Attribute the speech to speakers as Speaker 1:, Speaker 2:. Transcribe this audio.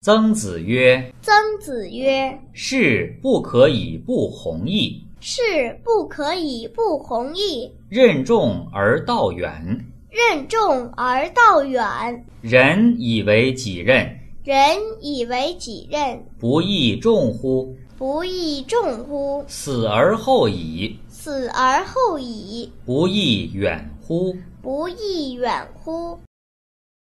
Speaker 1: 曾子曰
Speaker 2: 曾子曰：“
Speaker 1: 士不可以不弘毅，：“
Speaker 2: 士不可以不弘毅，
Speaker 1: 任重而道远。
Speaker 2: 任重而道远。
Speaker 1: 人以为己任，
Speaker 2: 人以为己任，
Speaker 1: 不亦重乎？
Speaker 2: 不亦重乎？
Speaker 1: 死而后已，
Speaker 2: 死而后已，
Speaker 1: 不亦远乎？”
Speaker 2: 不亦远乎？”